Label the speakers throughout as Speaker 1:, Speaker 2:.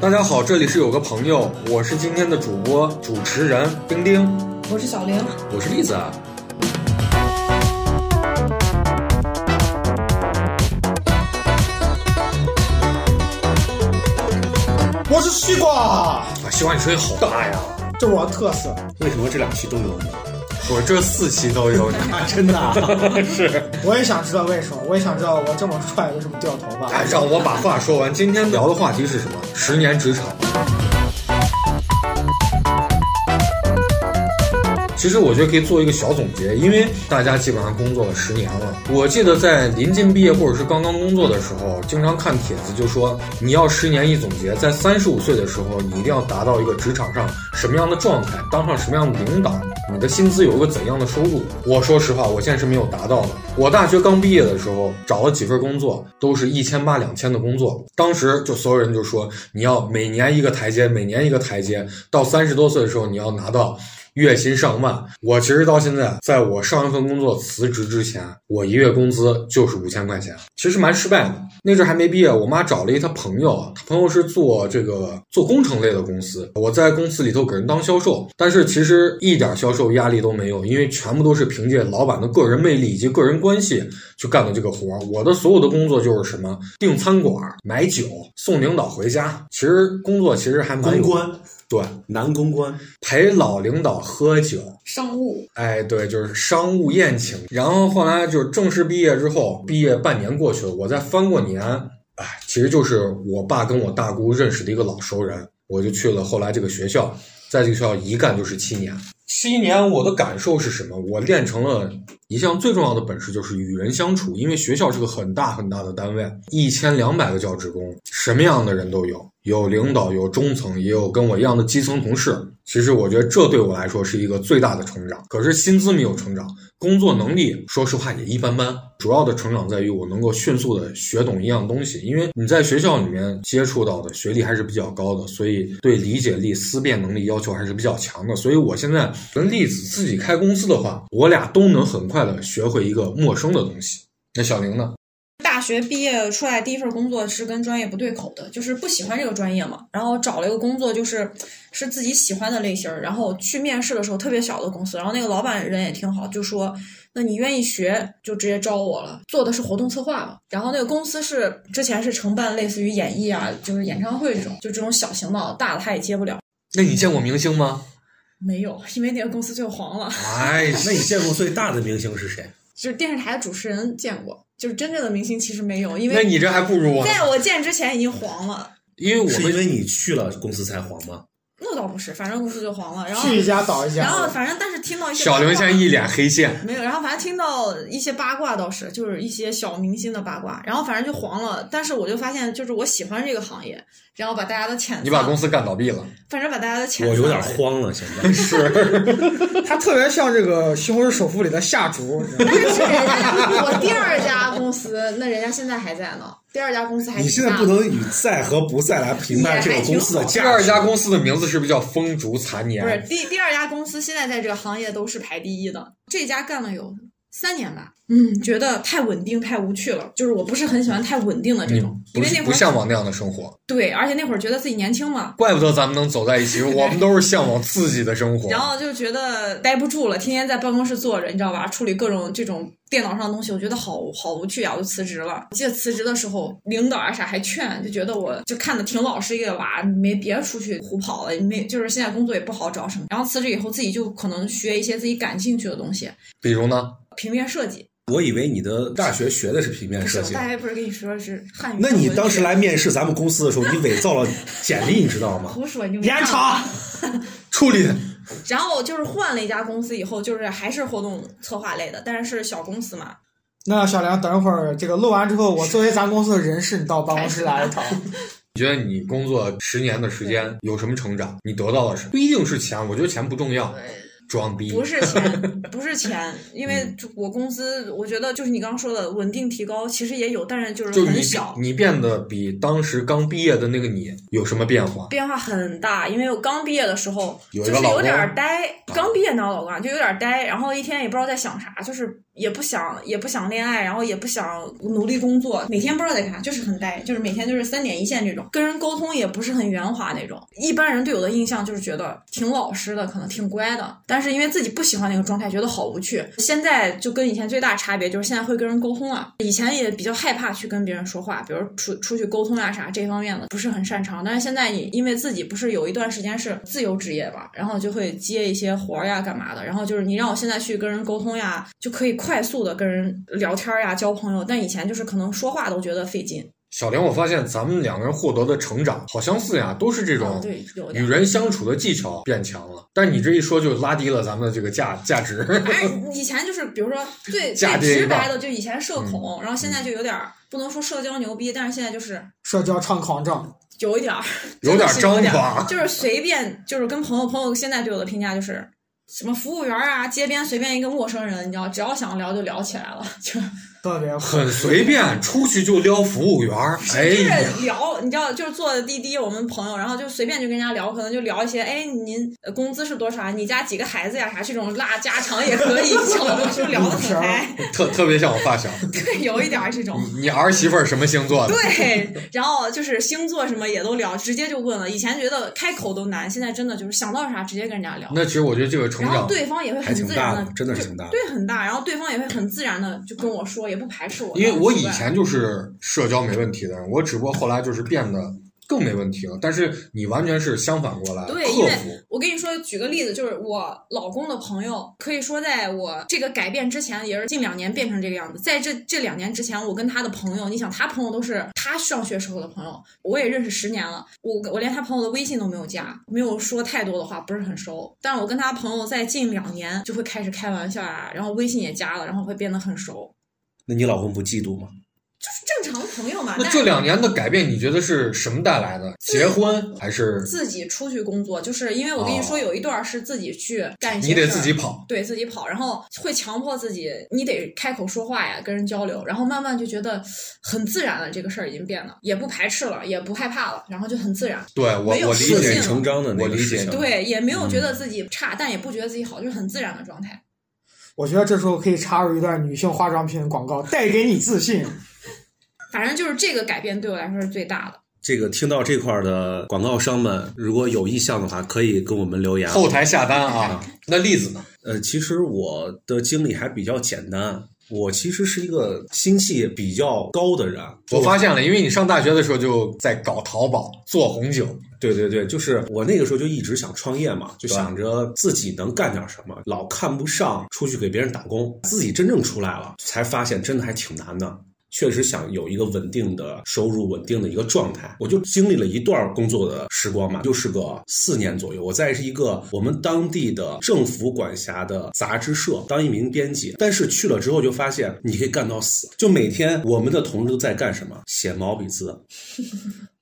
Speaker 1: 大家好，这里是有个朋友，我是今天的主播主持人丁丁，
Speaker 2: 我是小玲，
Speaker 1: 我是栗子。啊
Speaker 3: 我是西瓜，
Speaker 1: 啊，西瓜，你声音好大呀！
Speaker 3: 这是我的特色。
Speaker 4: 为什么这两期都有你？
Speaker 1: 我这四期都有你，
Speaker 4: 啊，真的、啊，
Speaker 3: 我也想知道为什么，我也想知道我这么帅为什么掉头
Speaker 1: 哎
Speaker 3: 发。
Speaker 1: 让我把话说完。今天聊的话题是什么？十年职场。其实我觉得可以做一个小总结，因为大家基本上工作了十年了。我记得在临近毕业或者是刚刚工作的时候，经常看帖子就说，你要十年一总结，在三十五岁的时候，你一定要达到一个职场上什么样的状态，当上什么样的领导，你的薪资有一个怎样的收入。我说实话，我现在是没有达到的。我大学刚毕业的时候，找了几份工作，都是一千八两千的工作。当时就所有人就说，你要每年一个台阶，每年一个台阶，到三十多岁的时候，你要拿到。月薪上万。我其实到现在，在我上一份工作辞职之前，我一月工资就是五千块钱，其实蛮失败的。那阵儿还没毕业，我妈找了一她朋友，啊她朋友是做这个做工程类的公司，我在公司里头给人当销售，但是其实一点销售压力都没有，因为全部都是凭借老板的个人魅力以及个人关系去干的这个活儿。我的所有的工作就是什么订餐馆、买酒、送领导回家，其实工作其实还蛮
Speaker 4: 公
Speaker 1: 有
Speaker 4: 关
Speaker 1: 对
Speaker 4: 男公关，
Speaker 1: 陪老领导喝酒，
Speaker 2: 商务
Speaker 1: 哎，对，就是商务宴请。然后后来就是正式毕业之后，毕业半年过去了，我再翻过年，哎，其实就是我爸跟我大姑认识的一个老熟人，我就去了后来这个学校，在这个学校一干就是七年。七年我的感受是什么？我练成了一项最重要的本事，就是与人相处。因为学校是个很大很大的单位，一千两百个教职工，什么样的人都有，有领导，有中层，也有跟我一样的基层同事。其实我觉得这对我来说是一个最大的成长。可是薪资没有成长，工作能力说实话也一般般。主要的成长在于我能够迅速的学懂一样东西，因为你在学校里面接触到的学历还是比较高的，所以对理解力、思辨能力要求还是比较强的。所以我现在跟栗子自己开公司的话，我俩都能很快的学会一个陌生的东西。那小玲呢？
Speaker 2: 大学毕业出来第一份工作是跟专业不对口的，就是不喜欢这个专业嘛，然后找了一个工作就是是自己喜欢的类型儿，然后去面试的时候特别小的公司，然后那个老板人也挺好，就说那你愿意学就直接招我了，做的是活动策划嘛，然后那个公司是之前是承办类似于演艺啊，就是演唱会这种，就这种小型的，大的他也接不了。
Speaker 1: 那你见过明星吗？
Speaker 2: 没有，因为那个公司最后黄了，
Speaker 1: 哎，
Speaker 4: 那你见过最大的明星是谁？
Speaker 2: 就是电视台主持人见过，就是真正的明星其实没有，因
Speaker 1: 那
Speaker 2: 为
Speaker 1: 你这还不如我，
Speaker 2: 在我见之前已经黄了。
Speaker 1: 因为我
Speaker 4: 是因
Speaker 1: 们
Speaker 4: 为你去了公司才黄吗？
Speaker 2: 那倒不是，反正公司就黄了。然后
Speaker 3: 去，一家倒一
Speaker 2: 然后
Speaker 3: 家。
Speaker 2: 反正但是听到一些
Speaker 1: 小玲
Speaker 2: 八
Speaker 1: 现
Speaker 2: 卦
Speaker 1: 在一脸黑线。
Speaker 2: 没有，然后反正听到一些八卦倒是，就是一些小明星的八卦，然后反正就黄了。但是我就发现，就是我喜欢这个行业，然后把大家的遣散，
Speaker 1: 你把公司干倒闭了，
Speaker 2: 反正把大家的遣散，
Speaker 4: 我有点慌了，现在
Speaker 3: 他特别像这个《西红柿首富》里的夏竹，你知道吗
Speaker 2: 但是人家我第二家公司，那人家现在还在呢，第二家公司还挺
Speaker 4: 你现在
Speaker 2: 大
Speaker 4: 不能以在和不在来评判这个公司的
Speaker 1: 第
Speaker 4: 价值。
Speaker 1: 二家公司的名字是不是叫风烛残年？
Speaker 2: 不是第第二家公司，现在在这个行业都是排第一的。这家干了有三年吧，嗯，觉得太稳定太无趣了，就是我不是很喜欢太稳定的这
Speaker 1: 你
Speaker 2: 种，
Speaker 1: 嗯不
Speaker 2: 因为
Speaker 1: 是
Speaker 2: 那
Speaker 1: 不
Speaker 2: 会儿
Speaker 1: 向往那样的生活，
Speaker 2: 对，而且那会儿觉得自己年轻嘛，
Speaker 1: 怪不得咱们能走在一 起。我们都是向往自己的生活。
Speaker 2: 然后就觉得待不住了，天天在办公室坐着，你知道吧？处理各种这种电脑上的东西，我觉得好好无趣啊，我就辞职了。记得辞职的时候，领导啊啥还劝，就觉得我就看的挺老实一个娃，你没别出去胡跑了，你没就是现在工作也不好找什么。然后辞职以后，自己就可能学一些自己感兴趣的东西，
Speaker 1: 比如呢，
Speaker 2: 平面设计。
Speaker 4: 我以为你的大学学的是平面
Speaker 2: 不是，
Speaker 4: 设
Speaker 2: 我
Speaker 4: 计。
Speaker 2: 大概不是跟你说是汉语。
Speaker 4: 那你当时来面试咱们公司的时候，你伪造了简历，你知道 吗？
Speaker 2: 胡说，你就没
Speaker 4: 严
Speaker 2: 看
Speaker 4: 惩，
Speaker 1: 处理
Speaker 2: 然后就是换了一家公司以后，就是还是活动策划类的，但是是小公司嘛。
Speaker 3: 那小梁，等一会儿这个录完之后，我作为咱公司的人事，你到办公室来一趟。
Speaker 1: 你觉得你工作十年的时间有什么成长？你得到了什么？不一定是钱，我觉得钱不重
Speaker 2: 呃
Speaker 1: 要。装逼
Speaker 2: 不是钱， 不是钱，因
Speaker 1: 嗯
Speaker 2: 为就我工资，我觉得就是你刚刚说的稳定提高，其实也有，但是就是
Speaker 1: 就是你
Speaker 2: 很小，
Speaker 1: 你变得比当时刚毕业的那个你有什么变化？
Speaker 2: 变化很大。因为我刚毕业的时候，
Speaker 1: 有一
Speaker 2: 就
Speaker 1: 个
Speaker 2: 是
Speaker 1: 老
Speaker 2: 有
Speaker 1: 公
Speaker 2: 啊点呆，刚毕业哪有老公啊，就有点呆，然后一天也不知道在想啥，就是也不想也不想恋爱，然后也不想努力工作，每天不知道在干啥，就是很呆，就是每天就是三点一线这种，跟人沟通也不是很圆滑那种。一般人对我的印象就是觉得挺老实的，可能挺乖的，但是因为自己不喜欢那个状态，觉得好无趣。现在就跟以前最大差别就是现在会跟人沟通了，以前也比较害怕去跟别人说话，比如出出去沟通啊啥这方面的不是很擅长，但是现在你因为自己不是有一段时间是自由职业嘛，然后就会接一些活儿呀干嘛的，然后就是你让我现在去跟人沟通呀，就可以快速的跟人聊天呀交朋友，但以前就是可能说话都觉得费劲。
Speaker 1: 小梁，我发现咱们两个人获得的成长好相似呀，都是这种
Speaker 2: 啊对，有
Speaker 1: 与
Speaker 2: 点。
Speaker 1: 人相处的技巧变强了。但你这一说就拉低了咱们的这个价价值。
Speaker 2: 哎，以前就是比如说最
Speaker 1: 嫁
Speaker 2: 最
Speaker 1: 接一嗯
Speaker 2: 直
Speaker 1: 半
Speaker 2: 白的，就以前社恐，然后现在就有点儿不能说社交牛逼，但是现在就是
Speaker 3: 社交猖狂症，
Speaker 2: 有一点儿，
Speaker 1: 有点
Speaker 2: 真的是有
Speaker 1: 张
Speaker 2: 点
Speaker 1: 狂
Speaker 2: 儿， 就是随便，就是跟朋友，朋友现在对我的评价就是什么服务员啊，街边随便一个陌生人，你知道，只要想聊就聊起来了， 就
Speaker 3: 特别
Speaker 1: 很随便，出去就撩服务员儿。哎
Speaker 2: 就是
Speaker 1: 呀，
Speaker 2: 聊，你知道，就是坐滴滴，我们朋友，然后就随便就跟人家聊，可能就聊一些，哎，您呃工资是多少啊？你家几个孩子呀？啥这种拉家常也可以，你知道吗？ 就聊得很嗨，
Speaker 1: 特特别像我发小。嗯
Speaker 2: 对，有一点儿这种。
Speaker 1: 你儿媳妇儿什么星座的？
Speaker 2: 对，然后就是星座什么也都聊，直接就问了。以前觉得开口都难，现在真的就是想到啥直接跟人家聊。
Speaker 1: 那其实我觉得这个成
Speaker 2: 然后
Speaker 1: 长，
Speaker 2: 对方也会
Speaker 4: 还
Speaker 2: 很
Speaker 4: 挺
Speaker 2: 自
Speaker 4: 大
Speaker 2: 然
Speaker 4: 的
Speaker 1: 啊
Speaker 2: 的，，
Speaker 4: 真的是挺大的。
Speaker 2: 对，很大。然后对方也会很自然的就跟我说，也不排斥我。
Speaker 1: 因为我以前就是社交没问题的人，我只不过后来就是变得更没问题了。但是你完全是相反过来，
Speaker 2: 对
Speaker 1: 克
Speaker 2: 因为
Speaker 1: 服。
Speaker 2: 我跟你说，举个例子，就是我老公的朋友，可以说在我这个改变之前，也是近两年变成这个样子。在这这两年之前，我跟他的朋友，你想他朋友都是他上学时候的朋友，我也认识十年了，我我连他朋友的微信都没有加，没有说太多的话，不是很熟。但我跟他朋友在近两年就会开始开玩笑啊，然后微信也加了，然后会变得很熟，
Speaker 4: 那你老公不嫉妒吗？
Speaker 2: 就是正常朋友嘛。
Speaker 1: 那
Speaker 2: 但
Speaker 1: 这两年的改变，你觉得是什么带来的？结婚还是
Speaker 2: 自己出去工作，就是因为我跟你说，
Speaker 1: 哦
Speaker 2: 有一段儿是自己去干一些
Speaker 1: 你得
Speaker 2: 事儿
Speaker 1: 自己跑？
Speaker 2: 对自己跑，然后会强迫自己，你得开口说话呀，跟人交流，然后慢慢就觉得很自然了，这个事儿已经变了，也不排斥了，也不害怕了，然后就很自然，
Speaker 1: 对我
Speaker 2: 没有
Speaker 1: 我理
Speaker 2: 自
Speaker 4: 顺
Speaker 2: 信
Speaker 4: 理
Speaker 1: 解
Speaker 2: 了，
Speaker 4: 成章的那
Speaker 1: 我
Speaker 4: 个
Speaker 1: 理
Speaker 4: 事
Speaker 1: 解
Speaker 4: 情。
Speaker 2: 对，也没有觉
Speaker 1: 嗯
Speaker 2: 得自己差，但也不觉得自己好，就是很自然的状态。
Speaker 3: 我觉得这时候可以插入一段女性化妆品广告，带给你自信。
Speaker 2: 反正就是这个改变对我来说是最大的。
Speaker 4: 这个听到这块儿的广告商们，如果有意向的话，可以跟我们留言。
Speaker 1: 后台下单啊。那例子呢？
Speaker 4: 呃，其实我的经历还比较简单，我其实是一个心气比较高的人。
Speaker 1: 我发现了，因为你上大学的时候就在搞淘宝做红酒，
Speaker 4: 对对对，就是我那个时候就一直想创业嘛，就想着自己能干点什么，老看不上出去给别人打工，自己真正出来了，才发现真的还挺难的。确实想有一个稳定的收入、稳定的一个状态，我就经历了一段工作的时光嘛，就是个四年左右。我在是一个我们当地的政府管辖的杂志社当一名编辑，但是去了之后就发现你可以干到死，就每天我们的同事都在干什么？写毛笔字，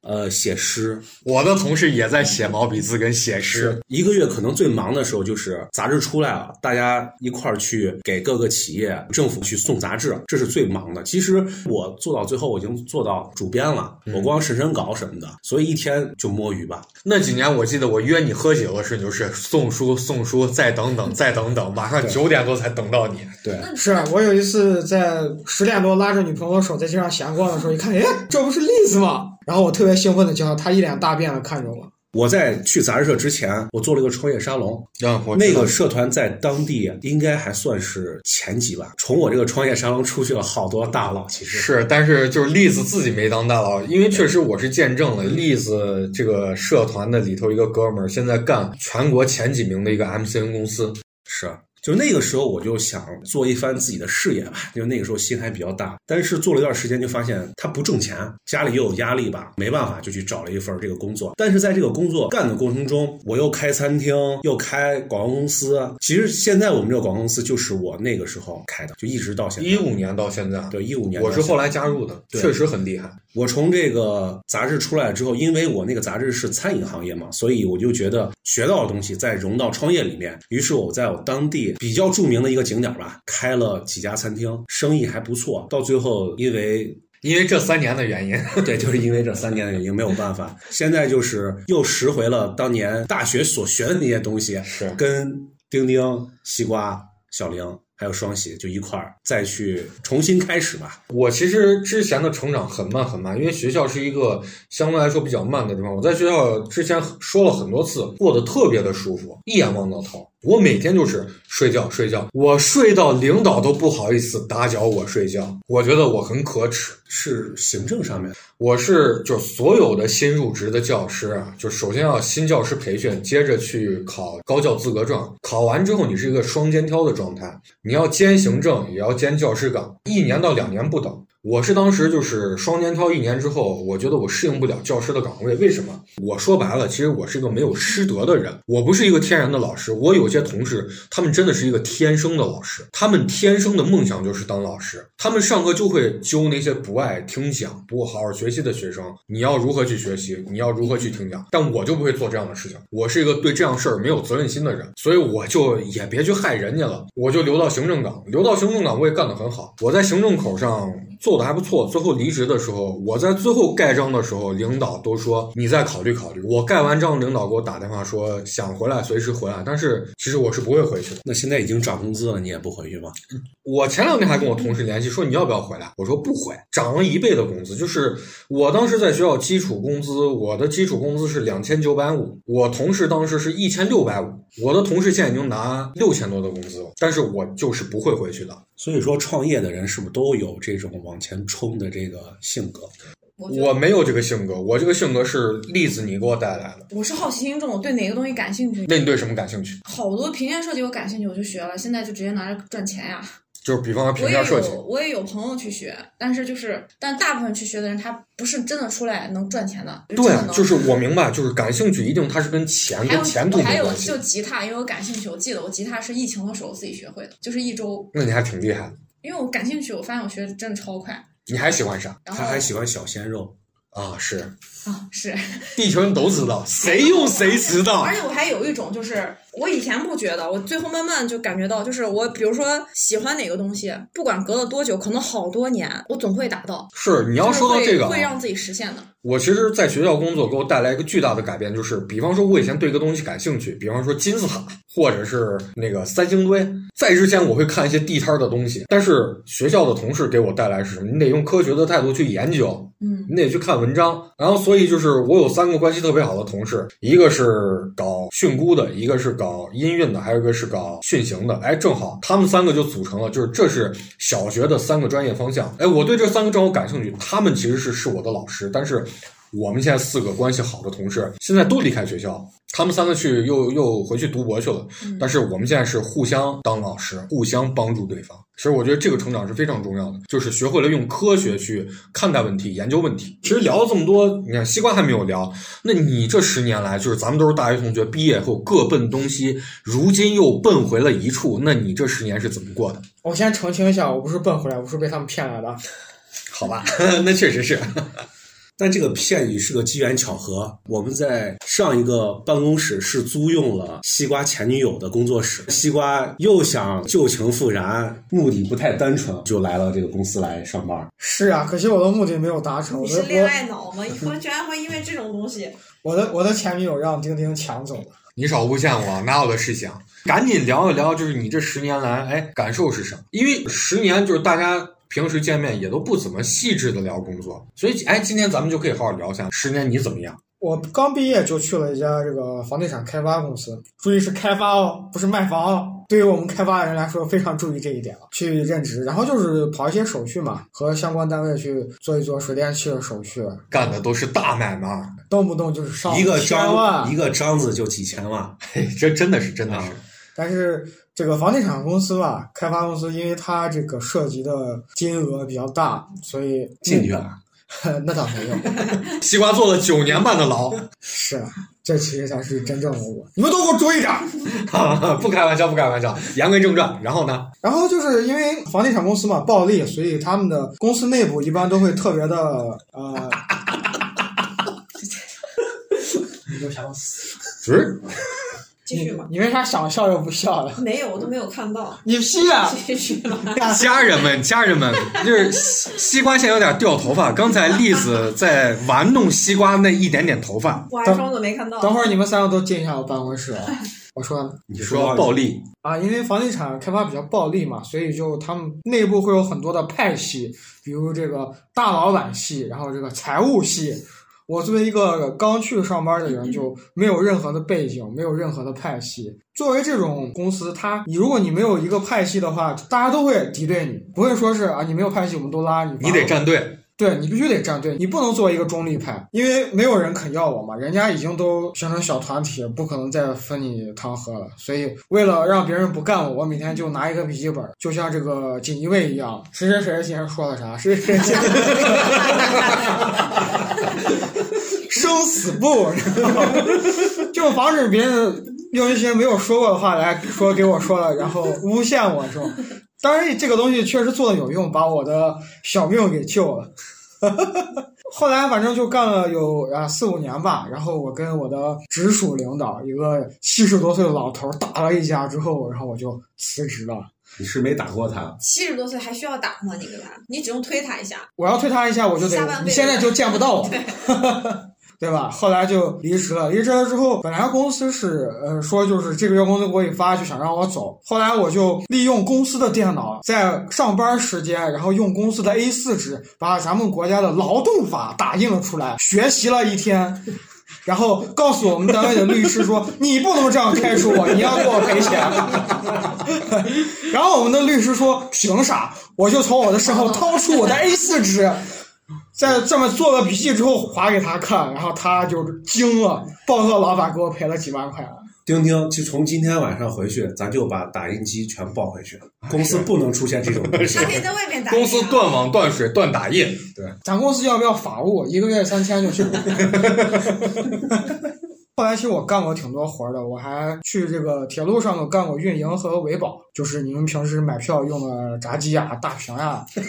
Speaker 4: 呃，写诗，
Speaker 1: 我的同事也在写毛笔字跟写诗。
Speaker 4: 是一个月可能最忙的时候就是杂志出来了，大家一块儿去给各个企业、政府去送杂志，这是最忙的。其实我做到最后，我已经做到主编了，我光审审稿什么的，所以一天就摸鱼吧。
Speaker 1: 那几年，我记得我约你喝酒的事情就是送书送书，再等等再等等，晚上九点多才等到你。
Speaker 4: 对，
Speaker 3: 是
Speaker 1: 啊
Speaker 3: 啊我有一次在十点多拉着女朋友手在街上闲逛的时候，一看，哎，这不是栗子吗？然后我特别兴奋的叫她，她一脸大变的看着我。
Speaker 4: 我在去杂志社之前，我做了一个创业沙龙，
Speaker 1: 嗯，我
Speaker 4: 那个社团在当地应该还算是前几吧。从我这个创业沙龙出去了好多大佬，其实
Speaker 1: 是，但是就是栗子自己没当大佬，因为确实我是见证了栗子这个社团的里头一个哥们儿，现在干全国前几名的一个 MCN 公司。
Speaker 4: 是，啊就那个时候我就想做一番自己的事业吧，就那个时候心还比较大，但是做了一段时间就发现它不挣钱，家里也有压力吧，没办法就去找了一份这个工作。但是在这个工作干的过程中，我又开餐厅，又开广告公司。其实现在我们这个广告公司就是我那个时候开的，就一直到现在
Speaker 1: 一。五年到现在，
Speaker 4: 对，一五年
Speaker 1: 我是
Speaker 4: 到现在
Speaker 1: 后来加入的，
Speaker 4: 对
Speaker 1: 确实很厉害。
Speaker 4: 我从这个杂志出来之后，因为我那个杂志是餐饮行业嘛，所以我就觉得学到的东西再融到创业里面。于是我在我当地比较著名的一个景点吧，开了几家餐厅，生意还不错。到最后，因为
Speaker 1: 因为这三年的原因，
Speaker 4: 对，就是因为这三年的原因没有办法，现在就是又拾回了当年大学所学的那些东西，
Speaker 1: 是
Speaker 4: 跟丁丁、西瓜、小玲。还有双喜，就一块儿再去重新开始吧。
Speaker 1: 我其实之前的成长很慢很慢，因为学校是一个相对来说比较慢的地方。我在学校之前说了很多次，过得特别的舒服，一眼望到头。我每天就是睡觉睡觉，我睡到领导都不好意思打搅我睡觉，我觉得我很可耻。
Speaker 4: 是行政上面，
Speaker 1: 我是就所有的新入职的教师啊，就首先要新教师培训，接着去考高教资格证，考完之后你是一个双肩挑的状态，你要兼行政也要兼教师岗，一年到两年不等。我是当时就是双年挑一年之后，我觉得我适应不了教师的岗位，为什么？我说白了，其实我是一个没有师德的人，我不是一个天然的老师。我有些同事，他们真的是一个天生的老师，他们天生的梦想就是当老师，他们上课就会揪那些不爱听讲、不好好学习的学生，你要如何去学习，你要如何去听讲。但我就不会做这样的事情，我是一个对这样事儿没有责任心的人，所以我就也别去害人家了，我就留到行政岗，留到行政岗我也干得很好，我在行政口上。做的还不错，最后离职的时候，我在最后盖章的时候，领导都说你再考虑考虑。我盖完章，领导给我打电话说想回来随时回来，但是其实我是不会回去的。
Speaker 4: 那现在已经涨工资了，你也不回去吗？
Speaker 1: 我前两天还跟我同事联系，说你要不要回来？我说不回，涨了一倍的工资，就是我当时在学校基础工资，我的基础工资是两千九百五，我同事当时是一千六百五，我的同事现在已经拿六千多的工资了，但是我就是不会回去的。
Speaker 4: 所以说，创业的人是不是都有这种往前冲的这个性格？
Speaker 2: 我觉
Speaker 1: 我
Speaker 2: 得
Speaker 1: 没有这个性格，我这个性格是栗子你给我带来的。
Speaker 2: 我是好奇心重，我对哪个东西感兴趣，
Speaker 1: 那你对什么感兴趣？
Speaker 2: 好多平面设计我感兴趣，我就学了，现在就直接拿着赚钱呀。
Speaker 1: 就是比方说平
Speaker 2: 我也
Speaker 1: 面设计，
Speaker 2: 有我也有朋友去学，但是就是但大部分去学的人他不是真的出来能赚钱的，就真的
Speaker 1: 对，啊
Speaker 2: 能
Speaker 1: 就是我明白，就是感兴趣，一定它是跟钱
Speaker 2: 还有
Speaker 1: 跟前途
Speaker 2: 还
Speaker 1: 没
Speaker 2: 有
Speaker 1: 关系
Speaker 2: 就。吉他，因为我感兴趣，我记得我吉他是疫情的时候自己学会的，就是一周，
Speaker 1: 那你还挺厉害的，
Speaker 2: 因为我感兴趣，我发现我学的真的超快。
Speaker 1: 你还喜欢啥
Speaker 2: 然后
Speaker 4: 他还喜欢小鲜肉，
Speaker 1: 啊？是，
Speaker 2: 啊，是，
Speaker 1: 地球人都知道，谁用谁知道
Speaker 2: 而。且我还有一种，就是我以前不觉得，我最后慢慢就感觉到，就是我比如说喜欢哪个东西，不管隔了多久，可能好多年，我总会达到。
Speaker 1: 是，你要说到
Speaker 2: 就是
Speaker 1: 这
Speaker 2: 会
Speaker 1: 个
Speaker 2: 会
Speaker 1: 啊，
Speaker 2: 让自己实现的。
Speaker 1: 我其实，在学校工作给我带来一个巨大的改变，就是，比方说，我以前对一个东西感兴趣，比方说金字塔，或者是那个三星堆，在之前我会看一些地摊儿的东西，但是学校的同事给我带来是什么？你得用科学的态度去研究，
Speaker 2: 嗯，
Speaker 1: 你得去看文章。然后，所以就是我有三个关系特别好的同事，一个是搞训诂的，一个是搞音韵的，还有一个是搞训刑的。哎，正好他们三个就组成了，就是这是小学的三个专业方向。哎，我对这三个专业感兴趣，他们其实是是我的老师，但是。我们现在四个关系好的同事，现在都离开学校，他们三个去又又回去读博去了。但是我们现在是互相当老师，互相帮助对方。其实我觉得这个成长是非常重要的，就是学会了用科学去看待问题、研究问题。其实聊了这么多，你看西瓜还没有聊，那你这十年来，就是咱们都是大学同学，毕业后各奔东西，如今又奔回了一处，那你这十年是怎么过的？
Speaker 3: 我先澄清一下，我不是奔回来，我是被他们骗来的。
Speaker 1: 好吧， 那确实是。
Speaker 4: 但这个骗也是个机缘巧合。我们在上一个办公室是租用了西瓜前女友的工作室，西瓜又想旧情复燃，目的不太单纯，就来了这个公司来上班。
Speaker 3: 是啊，可惜我的目的没有达成。我
Speaker 2: 你
Speaker 3: 的
Speaker 2: 是恋
Speaker 3: 我
Speaker 2: 爱脑吗？你居然会因为这种东西？
Speaker 3: 我的我的前女友让丁丁抢走了。
Speaker 1: 你少诬陷我，哪有的事情？赶紧聊一聊，就是你这十年来，哎，感受是什么？因为十年就是大家平时见面也都不怎么细致的聊工作，所以哎，今天咱们就可以好好聊一下，十年你怎么样？
Speaker 3: 我刚毕业就去了一家这个房地产开发公司，注意是开发哦，不是卖房哦。对于我们开发人来说，非常注意这一点了。去任职，然后就是跑一些手续嘛，和相关单位去做一做水电气的手续，
Speaker 1: 干的都是大买卖，
Speaker 3: 动不动就是上
Speaker 4: 一个
Speaker 3: 千万
Speaker 4: 章一。个章子就几千万，
Speaker 1: 嘿，哎这真的是真的是。
Speaker 3: 但是这个房地产公司吧，开发公司，因为它这个涉及的金额比较大，所以
Speaker 4: 进去了。
Speaker 3: 那倒没有。
Speaker 1: 西瓜坐了九年半的 牢，
Speaker 3: 是啊，这其实才是真正的我。你们都给我注意点儿。
Speaker 1: 不开玩笑，不开玩笑。言归正传，然后呢？
Speaker 3: 然后就是因为房地产公司嘛暴利，所以他们的公司内部一般都会特别的呃， 你就想死，
Speaker 1: 不是，
Speaker 2: 继续吧。
Speaker 3: 你为啥想笑又不笑了？
Speaker 2: 没有，我都没有看到。
Speaker 3: 你屁啊！
Speaker 2: 继续吧。
Speaker 1: 家人们，家人们，就是西西瓜现在有点掉头发，刚才栗子在玩弄西瓜那一点点头发。
Speaker 2: 我还装作没看到。
Speaker 3: 等会儿你们三个都进一下我办公室啊，我说呢
Speaker 4: 你
Speaker 1: 说到暴力，
Speaker 3: 啊，因为房地产开发比较暴利嘛，所以就他们内部会有很多的派系，比如这个大老板系，然后这个财务系。我作为一个刚去上班的人，就没有任何的背景，没有任何的派系。作为这种公司，它你如果你没有一个派系的话，大家都会敌对你，不会说是啊你没有派系我们都拉你，
Speaker 1: 你得站队。
Speaker 3: 对你必须得站队，你不能作为一个中立派，因为没有人肯要我嘛，人家已经都形成小团体，不可能再分你汤喝了。所以为了让别人不干我，我每天就拿一个笔记本，就像这个锦衣卫一样，谁谁谁今天说了啥，谁谁谁今天生死簿， 然后就防止别人用一些没有说过的话来说给我说了，然后诬陷我这种。当然，这个东西确实做的有用，把我的小命给救了。后来反正就干了有啊四五年吧，然后我跟我的直属领导一个七十多岁的老头儿打了一架之后，然后我就辞职了。
Speaker 4: 你是没打过他，
Speaker 2: 七十多岁还需要打吗？你给他，你只用推他一下。
Speaker 3: 我要推他一下，我就得
Speaker 2: 下半辈子
Speaker 3: 你现在就见不到我，
Speaker 2: 对
Speaker 3: 对吧？后来就离职了。离职了之后，本来公司是呃说就是这个月工资给我一发就想让我走，后来我就利用公司的电脑在上班时间，然后用公司的 A 4纸把咱们国家的劳动法打印了出来，学习了一天。然后告诉我们单位的律师说：“你不能这样开除我，你要给我赔钱。” 然后我们的律师说：“凭啥？”我就从我的身后掏出我的 A 4纸，在这么做了笔记之后划给他看，然后他就惊了，报告老板给我赔了几万块了。
Speaker 4: 丁丁，就从今天晚上回去，咱就把打印机全抱回去，
Speaker 1: 哎
Speaker 4: 公司不能出现这种东西
Speaker 2: 他。可以在外面打。啊
Speaker 1: 公司断网、断水、断打印，
Speaker 3: 咱公司要不要法务？一个月三千 就去。后来其实我干过挺多活儿的，我还去这个铁路上头干过运营和维保，就是你们平时买票用的闸机啊、大屏啊，就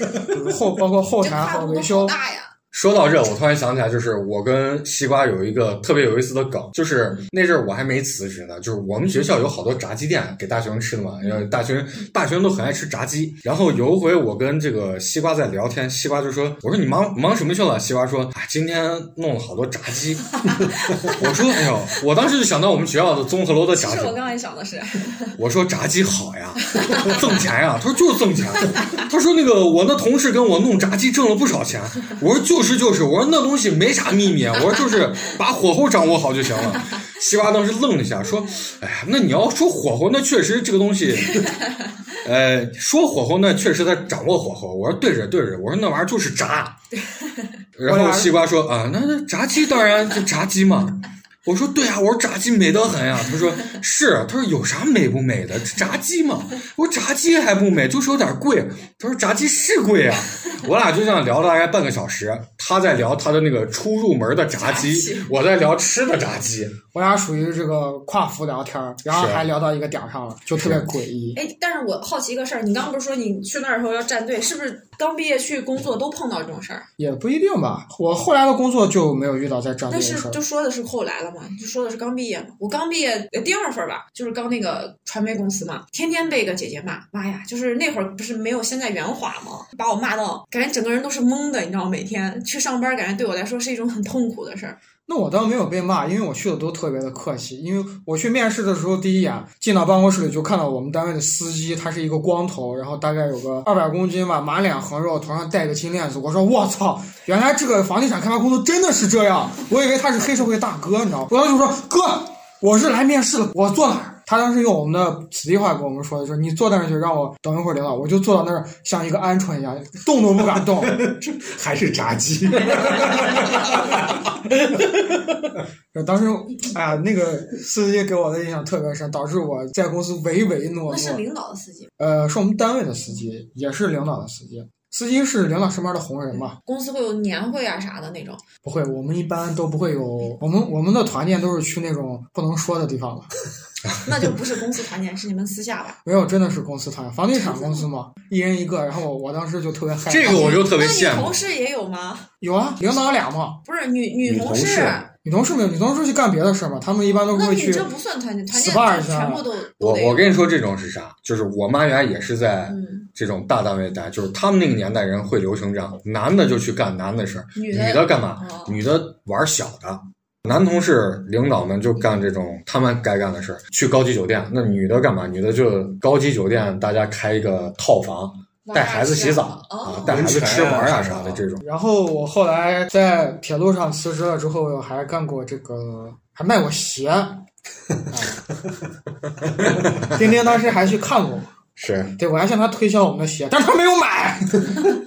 Speaker 3: 是 后包括后
Speaker 2: 这
Speaker 3: 台
Speaker 2: 跨
Speaker 3: 和
Speaker 2: 度
Speaker 3: 维
Speaker 2: 好
Speaker 3: 修。
Speaker 2: 大呀！
Speaker 1: 说到这，我突然想起来，就是我跟西瓜有一个特别有意思的梗，就是那阵儿我还没辞职呢，就是我们学校有好多炸鸡店给大学生吃的嘛，然后大学生
Speaker 2: 嗯
Speaker 1: 大学生都很爱吃炸鸡。然后有一回我跟这个西瓜在聊天，西瓜就说：“我说你忙忙什么去了？”西瓜说：“啊，今天弄了好多炸鸡。” 我说：“哎呦！”我当时就想到我们学校的综合楼的
Speaker 2: 其
Speaker 1: 炸
Speaker 2: 实
Speaker 1: 鸡
Speaker 2: 我，刚才想的是，
Speaker 1: 我说炸鸡好呀，挣钱呀。他说就是挣钱。他说那个我那同事跟我弄炸鸡挣了不少钱。我说就是就是，我说那东西没啥秘密，我说就是把火候掌握好就行了。西瓜当时愣了一下，说：“哎呀，那你要说火候，那确实这个东西，呃，说火候那确实在掌握火候。”我说：“对着对着，我说那玩意儿就是炸。”然后西瓜说：“啊，那那炸鸡当然就炸鸡嘛。”我说对啊，我说炸鸡美得很呀、 他说是，啊他说有啥美不美的？炸鸡嘛。我说炸鸡还不美，就是有点贵。他说炸鸡是贵啊。我俩就这样聊了大概半个小时，他在聊他的那个初入门的炸鸡，
Speaker 2: 炸鸡
Speaker 1: 我在聊吃的炸鸡。
Speaker 3: 我俩属于这个跨服聊天儿，然后
Speaker 1: 是
Speaker 3: 还聊到一个点儿上了，就特别诡异。
Speaker 2: 哎，但是我好奇一个事儿，你刚刚不是说你去那儿的时候要站队，是不是刚毕业去工作都碰到这种事儿？
Speaker 3: 也不一定吧，我后来的工作就没有遇到在这样的
Speaker 2: 但
Speaker 3: 一个事
Speaker 2: 是
Speaker 3: 儿。
Speaker 2: 就说的是后来了嘛，就说的是刚毕业嘛。我刚毕业呃第二份儿吧，就是刚那个传媒公司嘛，天天被一个姐姐骂，妈呀，就是那会儿不是没有现在圆滑嘛，把我骂到感觉整个人都是懵的，你知道吗，每天去上班感觉对我来说是一种很痛苦的事儿。
Speaker 3: 那我倒没有被骂，因为我去的都特别的客气。因为我去面试的时候，第一眼进到办公室里就看到我们单位的司机，他是一个光头，然后大概有个二百公斤吧，满脸横肉，头上戴个金链子。我说我操，原来这个房地产开发工作真的是这样，我以为他是黑社会大哥，你知道吗？我当时就说哥，我是来面试的，我坐哪儿？他当时用我们的此地话跟我们说的是：“你坐那儿去，让我等一会儿领导。”我就坐到那儿，像一个鹌鹑一样，动都不敢动。
Speaker 4: 还是炸鸡，
Speaker 3: 就当时，哎呀，那个司机给我的印象特别深，导致我在公司唯唯诺
Speaker 2: 那是
Speaker 3: 诺。
Speaker 2: 领导的司机，
Speaker 3: 呃，是我们单位的司机，也是领导的司机。司机是领导身边的红人嘛？
Speaker 2: 公司会有年会啊啥的那种。
Speaker 3: 不会，我们一般都不会有，我们我们的团建都是去那种不能说的地方了。
Speaker 2: 那就不是公司团建，是你们私下吧？
Speaker 3: 没有，真的是公司团，房地产公司嘛，一人一个。然后我我当时就 特别害怕。
Speaker 1: 这个我就特
Speaker 2: 那
Speaker 1: 别
Speaker 2: 你
Speaker 1: 羡慕
Speaker 2: 同。事也有吗？
Speaker 3: 有啊，领导俩嘛，
Speaker 2: 不是女女
Speaker 4: 女
Speaker 2: 同啊
Speaker 4: 同事
Speaker 3: 女同事没有，女同事去干别的事儿嘛，他们一般都
Speaker 2: 那
Speaker 3: 会
Speaker 2: 你
Speaker 3: 去
Speaker 2: 这不算团建，团
Speaker 3: SPA
Speaker 2: 建
Speaker 3: 一
Speaker 2: 是
Speaker 3: 下
Speaker 2: 全部都
Speaker 1: 我
Speaker 2: 都得有
Speaker 1: 我跟你说这种是啥？就是我妈原来也是在
Speaker 2: 嗯，
Speaker 1: 这种大单位待，就是他们那个年代人会流行这样，男的就去干男的事儿，
Speaker 2: 女
Speaker 1: 女
Speaker 2: 的
Speaker 1: 的干嘛？
Speaker 2: 哦
Speaker 1: 女的玩小的，男同事领导们就干这种他们该干的事儿，去高级酒店。那女的干嘛？女的就高级酒店，大家开一个套房，带孩子洗澡啊
Speaker 2: 哦，
Speaker 1: 带孩子吃玩啊啥
Speaker 4: 温
Speaker 1: 的
Speaker 4: 泉啊
Speaker 1: 这种。
Speaker 3: 然后我后来在铁路上辞职了之后，还干过这个，还卖过鞋。啊丁丁当时还去看过我，
Speaker 1: 是
Speaker 3: 对我还向他推销我们的鞋，但是他没有买。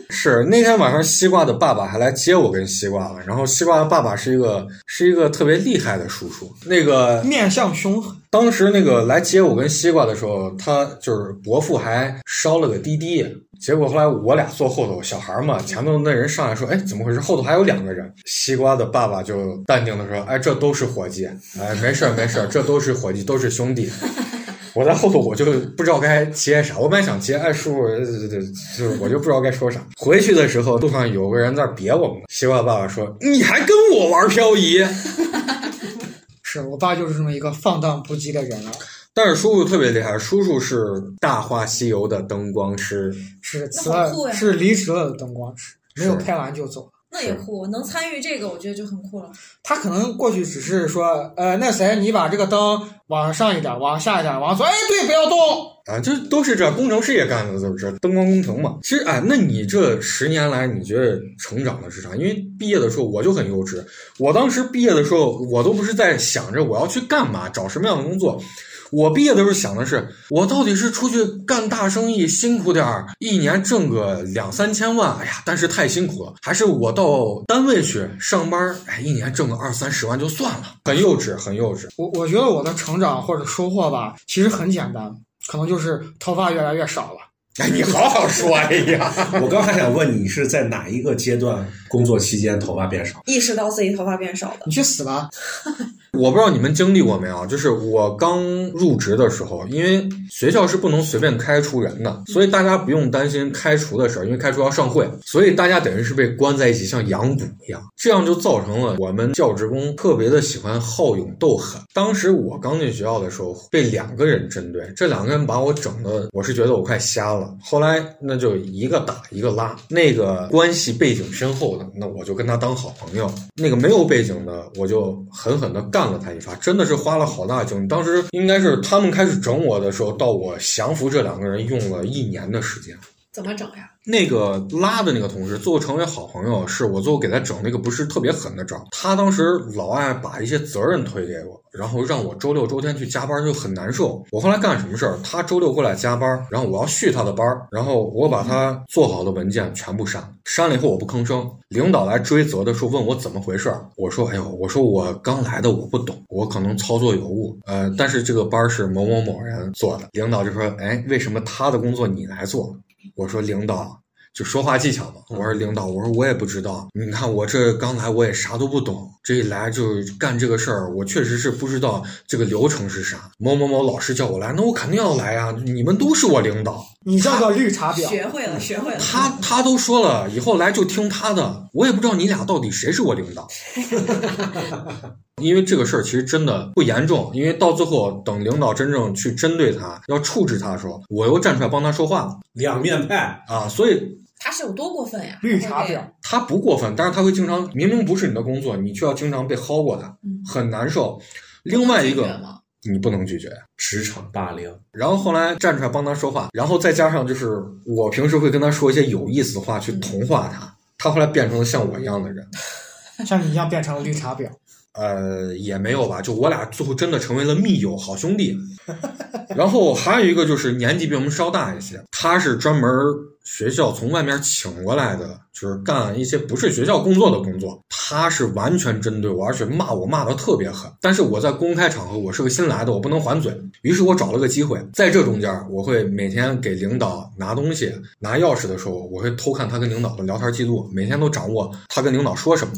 Speaker 1: 是，那天晚上西瓜的爸爸还来接我跟西瓜了。然后西瓜的爸爸是一个是一个特别厉害的叔叔，那个
Speaker 3: 面相凶狠，
Speaker 1: 当时那个来接我跟西瓜的时候，他就是伯父还烧了个滴滴，结果后来我俩坐后头，小孩嘛，前头那人上来说：“哎，怎么回事？后头还有两个人。”西瓜的爸爸就淡定的说：“哎，这都是伙计，哎，没事儿没事儿，这都是伙计，都是兄弟。”我在后头我就不知道该接啥，我本来想接，哎叔，呃就是我就不知道该说啥。回去的时候路上有个人在那儿别我们，西瓜爸爸说：“你还跟我玩漂移？”
Speaker 3: 是我爸就是这么一个放荡不羁的人啊，
Speaker 1: 但是叔叔特别厉害，叔叔是《大话西游》的灯光师，
Speaker 3: 是辞
Speaker 2: 那
Speaker 3: 了
Speaker 2: 好酷呀
Speaker 3: 是离职了的灯光师，没有
Speaker 1: 是
Speaker 3: 拍完就走。
Speaker 2: 那也酷，能参与这个，我觉得就很酷了。
Speaker 3: 他可能过去只是说，呃，那谁，你把这个灯往上一点，往下一点，往左，哎，对，不要动。
Speaker 1: 啊，这都是这工程师也干的，都是这灯光工程嘛。其实，哎，那你这十年来，你觉得成长的是啥？因为毕业的时候我就很幼稚，我当时毕业的时候，我都不是在想着我要去干嘛，找什么样的工作。我毕业的时候想的是，我到底是出去干大生意，辛苦点儿，一年挣个两三千万，哎呀，但是太辛苦了；还是我到单位去上班，哎，一年挣个二三十万就算了，很幼稚，很幼稚。
Speaker 3: 我我觉得我的成长或者收获吧，其实很简单，可能就是头发越来越少了。
Speaker 1: 哎，你好好说，哎呀，
Speaker 4: 我刚还想问你是在哪一个阶段工作期间头发变少？
Speaker 2: 意识到自己头发变少的，
Speaker 3: 你去死吧！
Speaker 1: 我不知道你们经历过没有，就是我刚入职的时候，因为学校是不能随便开除人的，所以大家不用担心开除的事儿，因为开除要上会，所以大家等于是被关在一起，像养蛊一样，这样就造成了我们教职工特别的喜欢好勇斗狠。当时我刚进学校的时候，被两个人针对，这两个人把我整的，我是觉得我快瞎了。后来那就一个打一个拉，那个关系背景深厚的，那我就跟他当好朋友；那个没有背景的，我就狠狠的干了他一发，真的是花了好大精力。当时应该是他们开始整我的时候，到我降服这两个人用了一年的时间。
Speaker 2: 怎么整呀？
Speaker 1: 那个拉的那个同事，最后成为好朋友，是我最后给他整了一个不是特别狠的招。他当时老爱把一些责任推给我，然后让我周六周天去加班，就很难受。我后来干什么事儿？他周六过来加班，然后我要续他的班儿，然后我把他做好的文件全部删，删了以后我不吭声。领导来追责的时候问我怎么回事儿，我说：“哎呦，我说我刚来的，我不懂，我可能操作有误。呃，但是这个班儿是某某某人做的。”领导就说：“哎，为什么他的工作你来做？”我说领导，就说话技巧嘛。我说领导，我说我也不知道。你看我这刚来，我也啥都不懂，这一来就干这个事儿，我确实是不知道这个流程是啥。某某某老师叫我来，那我肯定要来呀、你们都是我领导，
Speaker 3: 你叫个绿 茶婊，
Speaker 2: 学会了，学会了。
Speaker 1: 他他都说了，以后来就听他的。我也不知道你俩到底谁是我领导。因为这个事儿其实真的不严重，因为到最后等领导真正去针对他、要处置他的时候，我又站出来帮他说话了
Speaker 4: 两面派，
Speaker 1: 啊，所以
Speaker 2: 他是有多过分呀？
Speaker 3: 绿茶
Speaker 2: 会
Speaker 3: 婊
Speaker 2: 这样。。
Speaker 1: 他不过分，但是他会经常明明不是你的工作，你却要经常被薅过来，
Speaker 2: 嗯
Speaker 1: 很难受。另外一
Speaker 2: 拒绝
Speaker 1: 个
Speaker 2: 吗
Speaker 1: 你不能拒绝。
Speaker 4: 职场霸凌。
Speaker 1: 然后后来站出来帮他说话，然后再加上就是我平时会跟他说一些有意思的话去同化他，他后来变成了像我一样的人。
Speaker 3: 像你一样变成了绿茶婊。
Speaker 1: 呃，也没有吧，就我俩最后真的成为了密友、好兄弟。 然后还有一个就是年纪比我们稍大一些，他是专门学校从外面请过来的，就是干一些不是学校工作的工作。他是完全针对我，而且骂我骂的特别狠。但是我在公开场合，我是个新来的，我不能还嘴。于是我找了个机会，在这中间，我会每天给领导拿东西、拿钥匙的时候，我会偷看他跟领导的聊天记录，每天都掌握他跟领导说什么。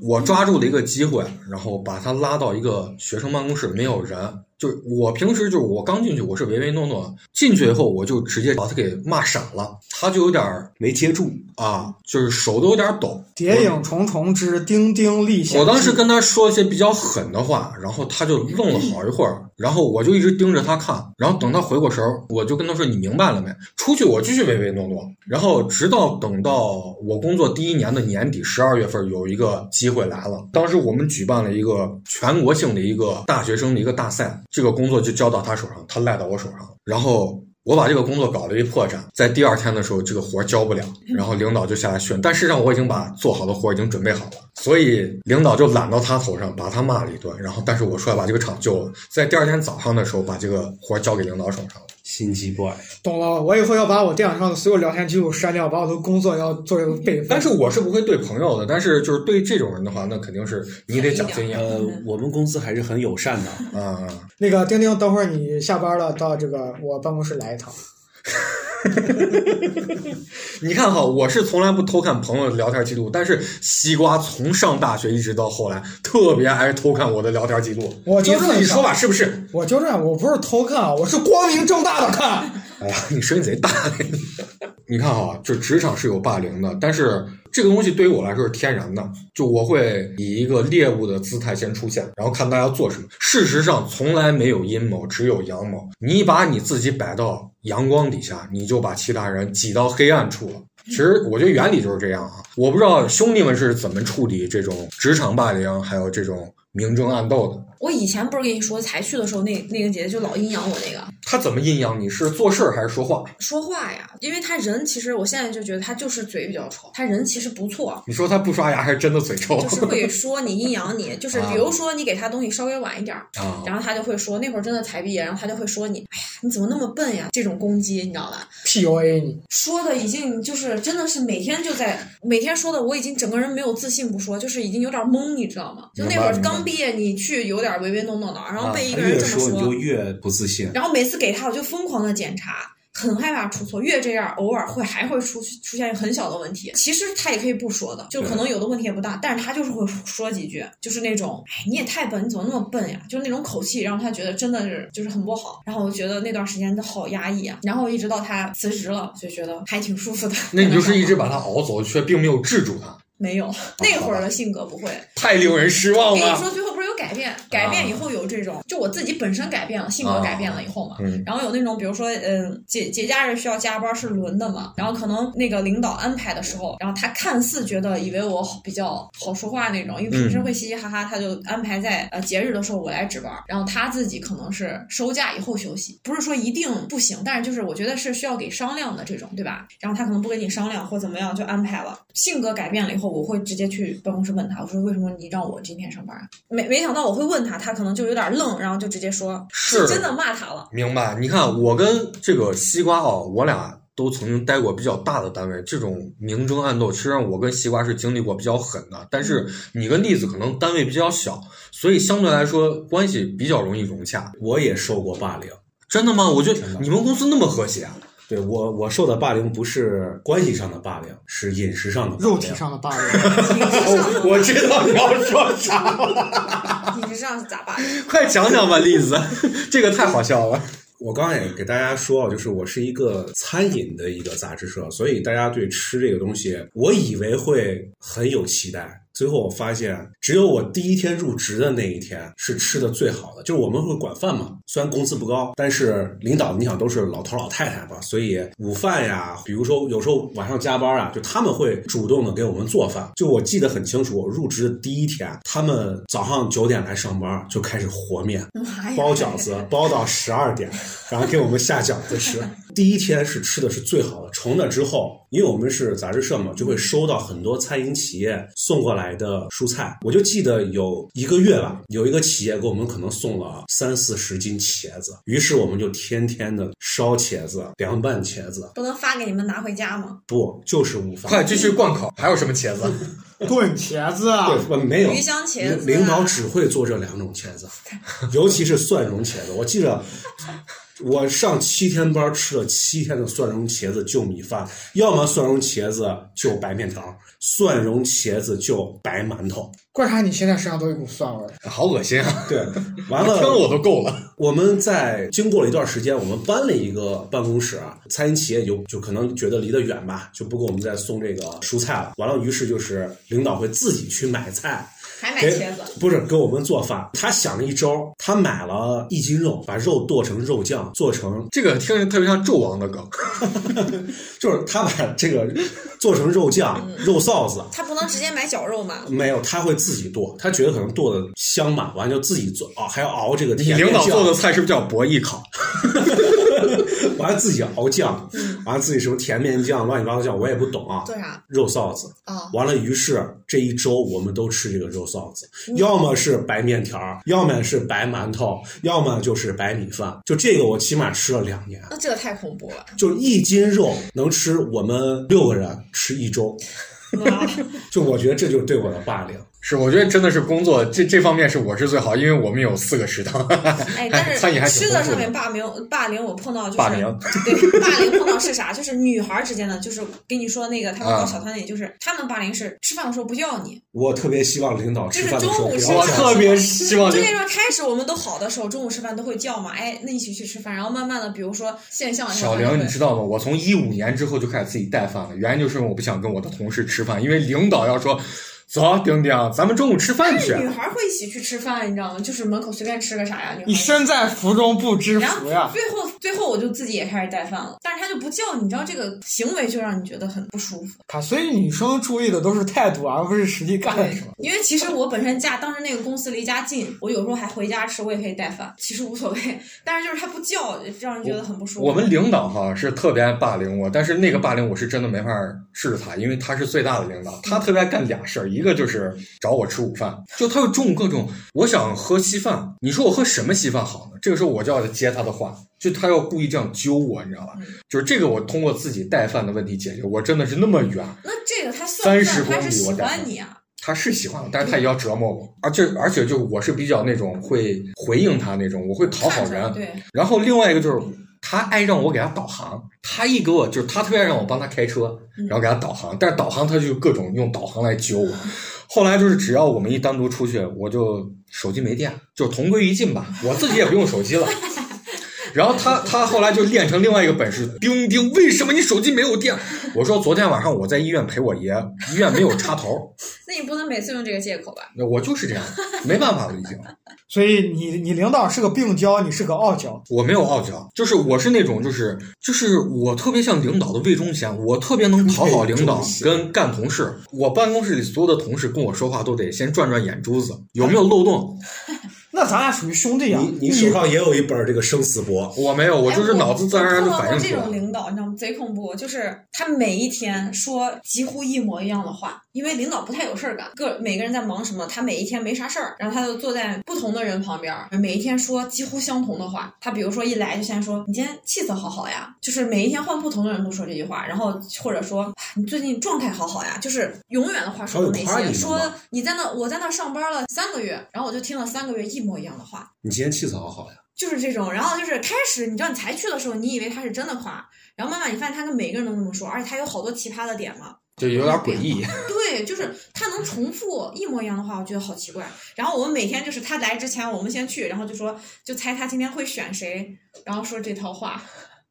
Speaker 1: 我抓住了一个机会，然后把他拉到一个学生办公室，没有人，就是我平时就是我刚进去，我是唯唯诺诺，进去以后我就直接把他给骂傻了，他就有点儿
Speaker 4: 没接住。
Speaker 1: 啊，就是手都有点抖。
Speaker 3: 谍影重重之丁丁历险记。
Speaker 1: 我当时跟他说一些比较狠的话，然后他就愣了好一会儿，然后我就一直盯着他看，然后等他回过神儿，我就跟他说：“你明白了没？”出去我继续唯唯诺诺，然后直到等到我工作第一年的年底十二月份，有一个机会来了。当时我们举办了一个全国性的一个大学生的一个大赛，这个工作就交到他手上，他赖到我手上，然后我把这个工作搞了一破绽，在第二天的时候，这个活儿交不了，
Speaker 3: 嗯
Speaker 1: 然后领导就下来训，但事实上我已经把做好的活儿已经准备好了，所以领导就揽到他头上，把他骂了一顿，然后但是我出来把这个厂救了，在第二天早上的时候把这个活儿交给领导手上了。
Speaker 4: 心机 boy，
Speaker 3: 懂了，我以后要把我电脑上的所有聊天记录删掉，把我的工作要做一个备份。
Speaker 1: 但是我是不会对朋友的，但是就是对这种人的话，那肯定是你得讲经验啊
Speaker 4: 呃，我们公司还是很友善的。
Speaker 1: 啊。
Speaker 3: 那个丁丁，等会儿你下班了到这个我办公室来一趟。
Speaker 1: 你看哈，我是从来不偷看朋友的聊天记录，但是西瓜从上大学一直到后来，特别爱偷看我的聊天记录。
Speaker 3: 我
Speaker 1: 你
Speaker 3: 就
Speaker 1: 自
Speaker 3: 是
Speaker 1: 己说吧，是不是？
Speaker 3: 我就这样，我不是偷看啊，我是光明正大的看。
Speaker 1: 哎呀， 你声音贼大呀你。你看哈，就职场是有霸凌的，但是这个东西对于我来说是天然的，就我会以一个猎物的姿态先出现，然后看大家做什么。事实上，从来没有阴谋，只有阳谋。你把你自己摆到阳光底下，你就把其他人挤到黑暗处了。其实我觉得原理就是这样啊。我不知道兄弟们是怎么处理这种职场霸凌，还有这种明争暗斗的。
Speaker 2: 我以前不是跟你说才去的时候，那那个姐姐就老阴阳我那个
Speaker 1: 他怎么阴阳你？是做事儿还是说话？
Speaker 2: 说话呀，因为她人其实我现在就觉得她就是嘴比较臭，她人其实 不错。
Speaker 1: 你说他不刷牙，还是真的嘴臭？
Speaker 2: 就是会说你阴阳你，就是
Speaker 1: 啊
Speaker 2: 比如说你给她东西稍微晚一点儿，
Speaker 1: 啊，
Speaker 2: 然后她就会说那会儿真的才毕业，然后她就会说你，哎呀你怎么那么笨呀？这种攻击你知道吧？
Speaker 3: PUA 你，
Speaker 2: 说的已经就是真的是每天就在每天说的，我已经整个人没有自信不说，就是已经有点懵，你知道吗？就那会
Speaker 1: 明白
Speaker 2: 儿
Speaker 1: 明白
Speaker 2: 刚毕业，你去有点唯唯诺诺的，然后被一
Speaker 4: 他
Speaker 2: 个人
Speaker 4: 越
Speaker 2: 这么
Speaker 4: 说你就越不自信。
Speaker 2: 然后每次给他，我就疯狂的检查，很害怕出错，越这样，偶尔会还会出出现很小的问题。其实他也可以不说的，就可能有的问题也不大，但是他就是会说几句，就是那种，哎，你也太笨，你怎么那么笨呀？就是那种口气，让他觉得真的是就是很不好。然后我觉得那段时间都好压抑啊。然后一直到他辞职了，就觉得还挺舒服的。
Speaker 1: 那你就是一直把他熬走，却并没有制住他，
Speaker 2: 没有那会儿的性格不会。
Speaker 1: 太令人失望
Speaker 2: 跟你
Speaker 1: 了。
Speaker 2: 说，最后不是有改变？改
Speaker 1: 啊
Speaker 2: 变以后有这种，就我自己本身改变了，性格改变了以后嘛，
Speaker 1: 嗯，
Speaker 2: 然后有那种，比如说，嗯，节节假日需要加班是轮的嘛，然后可能那个领导安排的时候，然后他看似觉得以为我比较好说话那种，因为平时会嘻嘻哈哈，他就安排在呃节日的时候我来值班，然后他自己可能是收假以后休息，不是说一定不行，但是就是我觉得是需要给商量的这种，对吧？然后他可能不跟你商量或怎么样就安排了，性格改变了以后，我会直接去办公室问他，我说为什么你让我今天上班啊？没没想到我会问他，他可能就有点愣，然后就直接说
Speaker 1: 是
Speaker 2: 真的骂他了。
Speaker 1: 明白？你看，我跟这个西瓜哦，我俩都曾经待过比较大的单位，这种明争暗斗，其实上我跟西瓜是经历过比较狠的。但是你跟栗子可能单位比较小，所以相对来说关系比较容易融洽。
Speaker 4: 我也受过霸凌，
Speaker 1: 真的吗？我觉得
Speaker 4: 真的
Speaker 1: 你们公司那么和谐啊！
Speaker 4: 对我我受的霸凌不是关系上的霸凌，是饮食上的霸凌
Speaker 3: 肉体。上的霸 凌。
Speaker 4: 哦 我知道你要说啥了。
Speaker 2: 你是这样咋办？
Speaker 1: 快讲讲吧，栗子， 这个太好笑了。
Speaker 4: 我刚刚也给大家说，啊就是我是一个餐饮的一个杂志社，所以大家对吃这个东西，我以为会很有期待。最后我发现，只有我第一天入职的那一天是吃的最好的，就是我们会管饭嘛，虽然工资不高，但是领导你想都是老头老太太嘛，所以午饭呀，比如说有时候晚上加班啊，就他们会主动的给我们做饭。就我记得很清楚，我入职的第一天，他们早上九点来上班就开始和面，
Speaker 2: 妈哎呀！
Speaker 4: 包饺子，包到十二点，然后给我们下饺子吃。第一天是吃的是最好的，从那之后，因为我们是杂志社嘛，就会收到很多餐饮企业送过来的蔬菜。我就记得有一个月吧，有一个企业给我们可能送了三四十斤茄子，于是我们就天天的烧茄子、凉拌茄子，
Speaker 2: 不能发给你们拿回家吗？
Speaker 4: 不就是午饭？
Speaker 1: 快继续灌口，还有什么茄子？
Speaker 3: 炖茄子啊，
Speaker 4: 对，没有
Speaker 2: 鱼香茄子啊
Speaker 4: 领领导只会做这两种茄子，尤其是蒜蓉茄子。我记着，我上七天班吃了七天的蒜蓉茄子就米饭，要么蒜蓉茄子就白面条，蒜蓉茄子就白馒头。
Speaker 3: 怪啥？你现在身上都有一股蒜味儿。
Speaker 1: 好恶心啊！
Speaker 4: 对，完了
Speaker 1: 听了我都够了。
Speaker 4: 我们在经过了一段时间，我们搬了一个办公室啊，餐饮企业有就可能觉得离得远吧，就不给我们再送这个蔬菜了。完了，于是就是领导会自己去买菜，
Speaker 2: 还
Speaker 1: 哎
Speaker 2: 买
Speaker 4: 给
Speaker 2: 茄子，
Speaker 4: 不是给我们做饭。他想了一周，他买了一斤肉，把肉剁成肉酱，做成
Speaker 1: 这个听着特别像纣王的梗，
Speaker 4: 就是他把这个做成肉酱、
Speaker 2: 嗯
Speaker 4: 肉臊子。
Speaker 2: 他不能直接买绞肉嘛？
Speaker 4: 没有，他会自己剁，他觉得可能剁的香嘛，完了就自己做啊、还要熬这个
Speaker 1: 你
Speaker 4: 甜面
Speaker 1: 领导
Speaker 4: 酱
Speaker 1: 做的菜是不是叫博弈烤？
Speaker 4: 完了自己熬酱，
Speaker 2: 嗯
Speaker 4: 完了自己什么甜面酱、乱七八糟酱，我也不懂啊。
Speaker 2: 做啥
Speaker 4: 肉臊子，
Speaker 2: 啊？
Speaker 4: 完了，于是这一周我们都吃这个肉臊子，
Speaker 2: 嗯
Speaker 4: 要么是白面条儿，要么是白馒头，要么就是白米饭。就这个我起码吃了两年，
Speaker 2: 那这个太恐怖了！
Speaker 4: 就一斤肉能吃我们六个人吃一周，就我觉得这就是对我的霸凌。
Speaker 1: 是，我觉得真的是工作这这方面是我是最好，因为我们有四个食堂，
Speaker 2: 哎，但
Speaker 1: 餐饮还
Speaker 2: 是
Speaker 1: 挺
Speaker 2: 吃
Speaker 1: 丰
Speaker 2: 的
Speaker 1: 富
Speaker 2: 上面
Speaker 1: 的。
Speaker 2: 霸凌霸凌，我碰到就是
Speaker 1: 霸凌
Speaker 2: 对霸凌碰到是啥？就是女孩儿之间的，就是跟你说那个，他们
Speaker 1: 啊
Speaker 2: 到小团体，就是他们霸凌是吃饭的时候不叫你，
Speaker 4: 我特别希望领导吃
Speaker 2: 就是
Speaker 4: 饭的时候
Speaker 2: 中午
Speaker 4: 不
Speaker 2: 吃
Speaker 4: 要
Speaker 2: 饭
Speaker 1: 我
Speaker 2: 的时候，
Speaker 1: 特别希望
Speaker 2: 就
Speaker 1: 这
Speaker 2: 那段开始我们都好的时候，中午吃饭都会叫嘛，哎，那一起去吃饭，然后慢慢的，比如说现象
Speaker 1: 小
Speaker 2: 梁，
Speaker 1: 玲，你知道吗？我从一五年之后就开始自己带饭了，原因就是我不想跟我的同事吃饭，因为领导要说走，丁丁，咱们中午吃饭去。
Speaker 2: 女孩儿会一起去吃饭，你知道吗？就是门口随便吃个啥呀，女孩儿。
Speaker 3: 你身在福中不知
Speaker 2: 然
Speaker 3: 福
Speaker 2: 后
Speaker 3: 呀！
Speaker 2: 最后最后我就自己也开始带饭了，但是他就不叫你，你知道这个行为就让你觉得很不舒服。
Speaker 3: 啊，所以女生注意的都是态度，啊而不是实际
Speaker 1: 哎
Speaker 3: 干了什么。
Speaker 2: 因为其实我本身家当时那个公司离家近，我有时候还回家吃，我也可以带饭，其实无所谓。但是就是他不叫，让人觉得很不舒服。
Speaker 1: 我们领导哈是特别爱霸凌我，但是那个霸凌我是真的没法治他，因为他是最大的领导，他特别爱干俩事儿，一个就是找我吃午饭，就他会中午各种我想喝稀饭，你说我喝什么稀饭好呢？这个时候我就要接他的话，就他要故意这样揪我，你知道吧
Speaker 2: 嗯？
Speaker 1: 就是这个我通过自己带饭的问题解决，我真的是那么远，
Speaker 2: 那这个他算不
Speaker 1: 30
Speaker 2: 算他是喜
Speaker 1: 公里我带
Speaker 2: 欢
Speaker 1: 饭
Speaker 2: 你啊？
Speaker 1: 他是喜欢我，但是他也要折磨我，而且而且就我是比较那种会回应他那种，我会讨好
Speaker 2: 看出来
Speaker 1: 人，
Speaker 2: 对，
Speaker 1: 然后另外一个就是他爱让我给他导航，他一给我就是他特别爱让我帮他开车
Speaker 2: 嗯，
Speaker 1: 然后给他导航，但是导航他就各种用导航来揪我。后来就是只要我们一单独出去，我就手机没电，就同归于尽吧，我自己也不用手机了。然后他他后来就练成另外一个本事，丁丁，为什么你手机没有电？我说昨天晚上我在医院陪我爷，医院没有插头，
Speaker 2: 那你不能每次用这个借口吧？
Speaker 1: 我就是这样，没办法了已经。
Speaker 3: 所以你你领导是个病娇，你是个傲娇。
Speaker 1: 我没有傲娇，就是我是那种就是就是我特别像领导的魏忠贤，我特别能讨好领导
Speaker 4: 魏忠贤
Speaker 1: 跟干同事。我办公室里所有的同事跟我说话都得先转转眼珠子，有没有漏洞？
Speaker 3: 那咱俩属于兄弟啊！
Speaker 4: 你你手上也有一本这个生死簿，
Speaker 1: 我没有，我就是脑子自然而然就反
Speaker 2: 哎哎我我
Speaker 1: 应
Speaker 2: 碰到过这
Speaker 1: 出来
Speaker 2: 种
Speaker 1: 了。
Speaker 2: 领导，你知道吗？贼恐怖，就是他每一天说几乎一模一样的话，因为领导不太有事儿干，个每个人在忙什么，他每一天没啥事儿，然后他就坐在不同的人旁边儿，每一天说几乎相同的话。他比如说一来就先说你今天气色好好呀，就是每一天换不同的人都说这句话，然后或者说哎你最近状态好好呀，就是永远的话说的
Speaker 4: 还
Speaker 2: 那
Speaker 4: 有夸你的
Speaker 2: 些，说
Speaker 4: 吗
Speaker 2: 你在那我在那上班了三个月，然后我就听了三个月一模一样的话，
Speaker 4: 你今天气色好好呀？
Speaker 2: 就是这种，然后就是开始，你知道你才去的时候，你以为他是真的夸，然后慢慢你发现他跟每个人都这么说，而且他有好多奇葩的点嘛。
Speaker 1: 就有点诡异，
Speaker 2: 对，就是他能重复一模一样的话，我觉得好奇怪。然后我们每天就是他来之前，我们先去，然后就说就猜他今天会选谁，然后说这套话。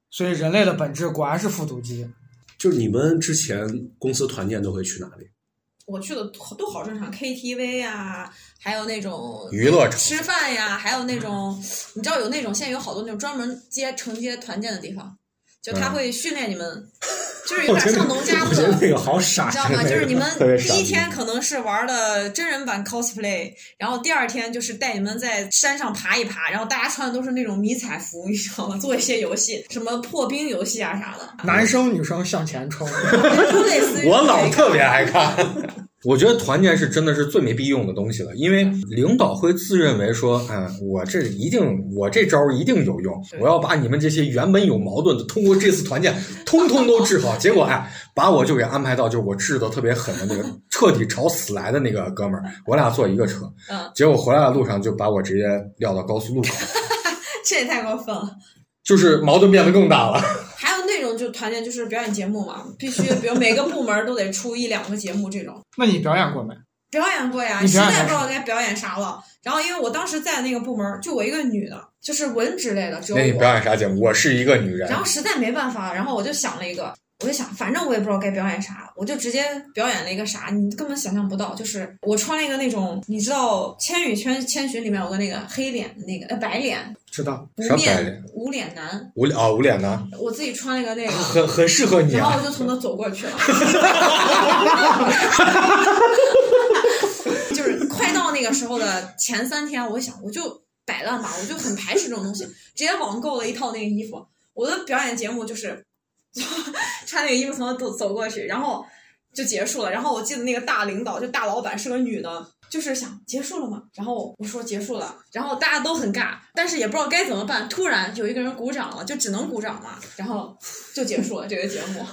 Speaker 3: 所以人类的本质果然是复读机。
Speaker 4: 就是你们之前公司团建都会去哪里？
Speaker 2: 我去的都好正常，KTV 呀、啊还有那种
Speaker 1: 娱乐场
Speaker 2: 吃饭呀，还有那种，你知道有那种现在有好多那种专门接承接团建的地方，就他会训练你们，就是有
Speaker 4: 嗯我觉
Speaker 2: 点
Speaker 4: 得
Speaker 2: 像农家
Speaker 4: 我觉得
Speaker 2: 乐。
Speaker 4: 那个好傻
Speaker 2: 你知
Speaker 4: 呀
Speaker 2: 道！吗？
Speaker 4: 那
Speaker 2: 就是
Speaker 4: 个
Speaker 2: 你们
Speaker 1: 特别傻
Speaker 2: 第一天可能是玩的真人版 cosplay，然后第二天就是带你们在山上爬一爬，然后大家穿的都是那种迷彩服，你知道吗？做一些游戏，什么破冰游戏啊啥 的，
Speaker 3: 男生女生向前冲，
Speaker 2: 类似于
Speaker 1: 我老
Speaker 2: 这个
Speaker 1: 特别爱看。我觉得团建是真的是最没必用的东西了，因为领导会自认为说，哎，我这一定，我这招儿一定有用，
Speaker 2: 对
Speaker 1: 我要把你们这些原本有矛盾的，通过这次团建，通通都治 好。结果哎，把我就给安排到就是我治的特别狠的那个，彻底朝死来的那个哥们儿，我俩坐一个车，
Speaker 2: 嗯，
Speaker 1: 结果回来的路上就把我直接撂到高速路口，
Speaker 2: 这也太过分了。
Speaker 1: 就是矛盾变得更大了。
Speaker 2: 还有那种就团建就是表演节目嘛，必须比如每个部门都得出一两个节目这种。
Speaker 3: 那你表演过没？
Speaker 2: 表演过呀，
Speaker 3: 你
Speaker 2: 实
Speaker 3: 表演
Speaker 2: 在
Speaker 3: 啥
Speaker 2: 不知道该表演啥了。然后因为我当时在那个部门，就我一个女的，就是文职类的，只有
Speaker 1: 那你
Speaker 2: 我。
Speaker 1: 哎表演啥节目？我是一个女人
Speaker 2: 然。后实在没办法，然后我就想了一个，我就想，反正我也不知道该表演啥，我就直接表演了一个啥，你根本想象不到，就是我穿了一个那种，你知道《千与千千寻》里面有个那个黑脸的那个，呃，白脸
Speaker 3: 知道
Speaker 2: 无
Speaker 1: 啥白
Speaker 2: 面
Speaker 1: 脸
Speaker 2: 无脸男，
Speaker 1: 无脸啊，无脸男，
Speaker 2: 我自己穿了一个那个。
Speaker 1: 很很适合你
Speaker 2: 然后
Speaker 1: 啊
Speaker 2: 我。就从他走过去了， 就是快到那个时候的前三天，我想我就摆烂吧，我就很排斥这种东西，直接网购了一套那个衣服。我的表演节目就是 穿那个衣服从他走走过去，然后就结束了。然后我记得那个大领导就大老板是个女的，就是想结束了吗？然后我说结束了，然后大家都很尬，但是也不知道该怎么办。突然有一个人鼓掌了，就只能鼓掌嘛，然后就结束了这个节 目。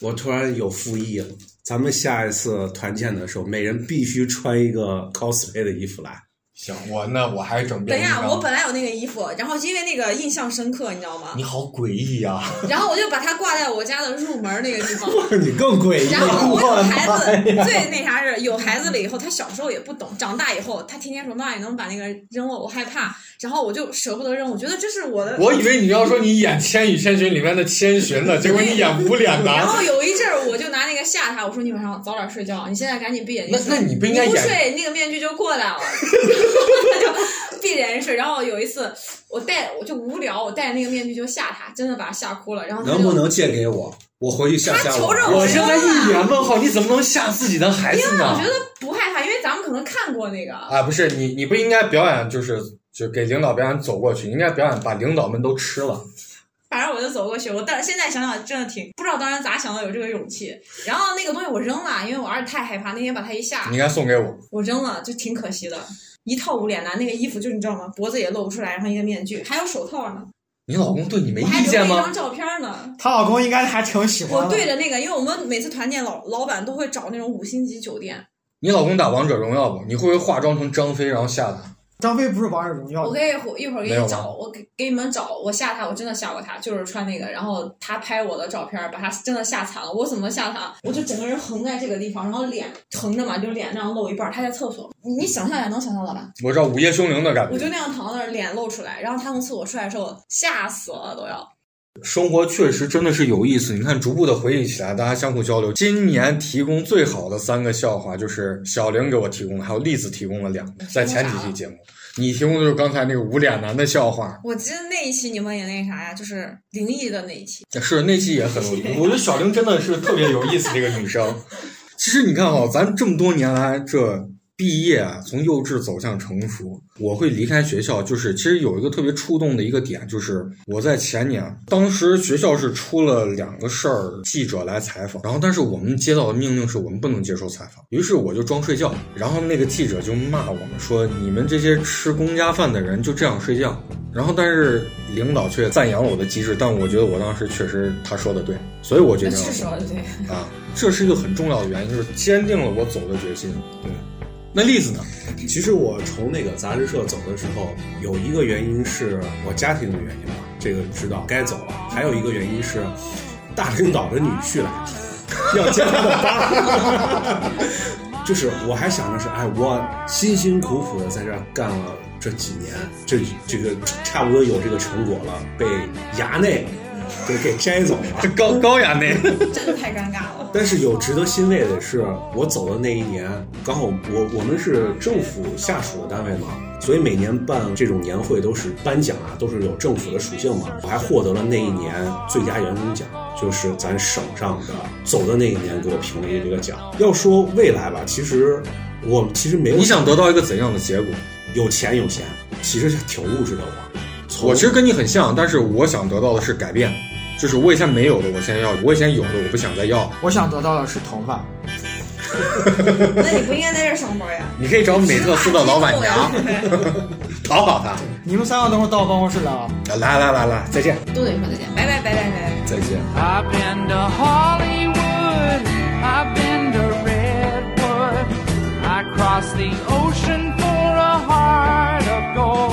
Speaker 4: 我突然有复议了，咱们下一次团建的时候，每人必须穿一个 cosplay 的衣服来。
Speaker 2: 啊
Speaker 1: 行，我那我还是整
Speaker 2: 等
Speaker 1: 变
Speaker 2: 一
Speaker 1: 形
Speaker 2: 下，
Speaker 1: 金
Speaker 2: 我
Speaker 1: 刚。
Speaker 2: 本来有那个衣服，然后因为那个印象深刻，你知道吗？
Speaker 1: 你好诡异啊！
Speaker 2: 然后我就把它挂在我家的入门那个地方。
Speaker 4: 你更诡异
Speaker 2: 然
Speaker 4: 了。
Speaker 2: 后我有孩子，最那啥是有孩子了以后，他小时候也不懂，长大以后他天天说妈，你能把那个扔了，我害怕。然后我就舍不得扔，我觉得这是我的。
Speaker 1: 我以为你要说你演《千与千寻》里面的千寻呢，结果你演无 脸
Speaker 2: 然
Speaker 1: 男。
Speaker 2: 后有一阵儿，我就拿那个吓他，我说你晚上早点睡觉，你现在赶紧闭眼睛
Speaker 1: 那
Speaker 2: 睡。
Speaker 1: 那你不应该
Speaker 2: 不
Speaker 1: 演
Speaker 2: 睡，那个面具就 过来了， 就闭着眼睛睡。然后有一次，我戴我就无聊，我戴那个面具就吓他，真的把他吓哭了。然后他就
Speaker 4: 能不能借给我？我回去吓吓
Speaker 2: 他求着
Speaker 1: 我
Speaker 2: 我
Speaker 1: 现在一脸问号，你怎么能吓自己的孩子
Speaker 2: 啊我觉
Speaker 1: 呢？
Speaker 2: 得不害怕，因为咱们可能看过那个。
Speaker 1: 啊，不是你，你不应该表演，就是就给领导表演走过去，你应该表演把领导们都吃了。
Speaker 2: 反正我就走过去，我但现在想想真的挺不知道当时咋想的有这个勇气。然后那个东西我扔了，因为我儿子太害怕，那天把他一吓
Speaker 1: 你，应该送给我。
Speaker 2: 我扔了就挺可惜的。一套无脸男那个衣服，就你知道吗？脖子也露不出来，然后一个面具，还有手套呢，
Speaker 1: 你老公对你没
Speaker 2: 我还
Speaker 1: 意
Speaker 2: 留了
Speaker 1: 见
Speaker 2: 一
Speaker 1: 吗哦
Speaker 2: 张？照片呢。
Speaker 3: 她老公应该还挺喜欢
Speaker 2: 我
Speaker 3: 的。
Speaker 2: 对着那个，因为我们每次团建老老板都会找那种五星级酒店，
Speaker 1: 你老公打王者荣耀不？你会不会化妆成张飞然后吓他？
Speaker 3: 张飞不是王者荣耀
Speaker 2: 我
Speaker 3: 的，
Speaker 2: 可以一会一会儿给
Speaker 1: 哦没有
Speaker 2: 你
Speaker 1: 吗
Speaker 2: 找，我给给你们找，我吓他，我真的吓过他，就是穿那个，然后他拍我的照片，把他真的吓惨了。我怎么吓他？我就整个人横在这个地方，然后脸横着嘛，就脸那样露一半儿。他在厕所，你你想象一下，能想象到吧？
Speaker 1: 我知道午夜凶铃的感
Speaker 2: 我就
Speaker 1: 觉。
Speaker 2: 那样躺在那儿，脸露出来，然后他从厕所出来的时候，吓死了都要。
Speaker 1: 生活确实真的是有意思，你看逐步的回忆起来，大家相互交流。今年提供最好的三个笑话，就是小玲给我提供的，还有栗子提供了两个，在前几期节目，你提供的就是刚才那个无脸男的笑话。
Speaker 2: 我记得那一期你们也那啥呀，就是灵异的那一期，
Speaker 1: 是那期也很有意思，我觉得小玲真的是特别有意思，这个女生。其实你看哈、咱这么多年来这毕业啊，从幼稚走向成熟，我会离开学校，就是其实有一个特别触动的一个点，就是我在前年，当时学校是出了两个事儿，记者来采访，然后但是我们接到的命令是我们不能接受采访，于是我就装睡觉，然后那个记者就骂我们说你们这些吃公家饭的人就这样睡觉，然后但是领导却赞扬了我的机智，但我觉得我当时确实他说的对，所以我决
Speaker 2: 那
Speaker 1: 定要
Speaker 2: 是
Speaker 1: 走
Speaker 2: 说的对。
Speaker 1: 啊，这是一个很重要的原因，就是坚定了我走的决心。对，那栗子呢？
Speaker 4: 其实我从那个杂志社走的时候，有一个原因是我家庭的原因吧，这个知道该走了；还有一个原因是大领导的女婿来了，要接他的班。 就是我还想着是，哎，我辛辛苦苦的在这儿干了这几年，这这个差不多有这个成果了，被衙内给给摘走了。
Speaker 1: 高高衙内，
Speaker 2: 真的太尴尬了。
Speaker 4: 但是有值得欣慰的是，我走的那一年，刚好我我们是政府下属的单位嘛，所以每年办这种年会都是颁奖啊，都是有政府的属性嘛。我还获得了那一年最佳员工奖，就是咱省上的走的那一年给我评了一个奖。要说未来吧，其实我其实没有
Speaker 1: 你想得到一个怎样的结果？
Speaker 4: 有钱有闲，其实是挺物质的我。从
Speaker 1: 我其实跟你很像，但是我想得到的是改变，就是我以前没有的，我现在要；我以前有的，我不想再要。
Speaker 3: 我想得到的是头发。
Speaker 2: 那你不应该在这儿上班呀？
Speaker 1: 你可以找美特斯的老板娘
Speaker 2: 娘，
Speaker 1: 讨好他。
Speaker 3: 你们三个等会儿到我办公室来啊。
Speaker 1: 来来来来，再见，
Speaker 2: 都得说再见，拜拜拜拜拜拜。
Speaker 1: 再见。
Speaker 5: I've been to Hollywood, I've been to Redwood. I crossed the ocean for a heart of gold.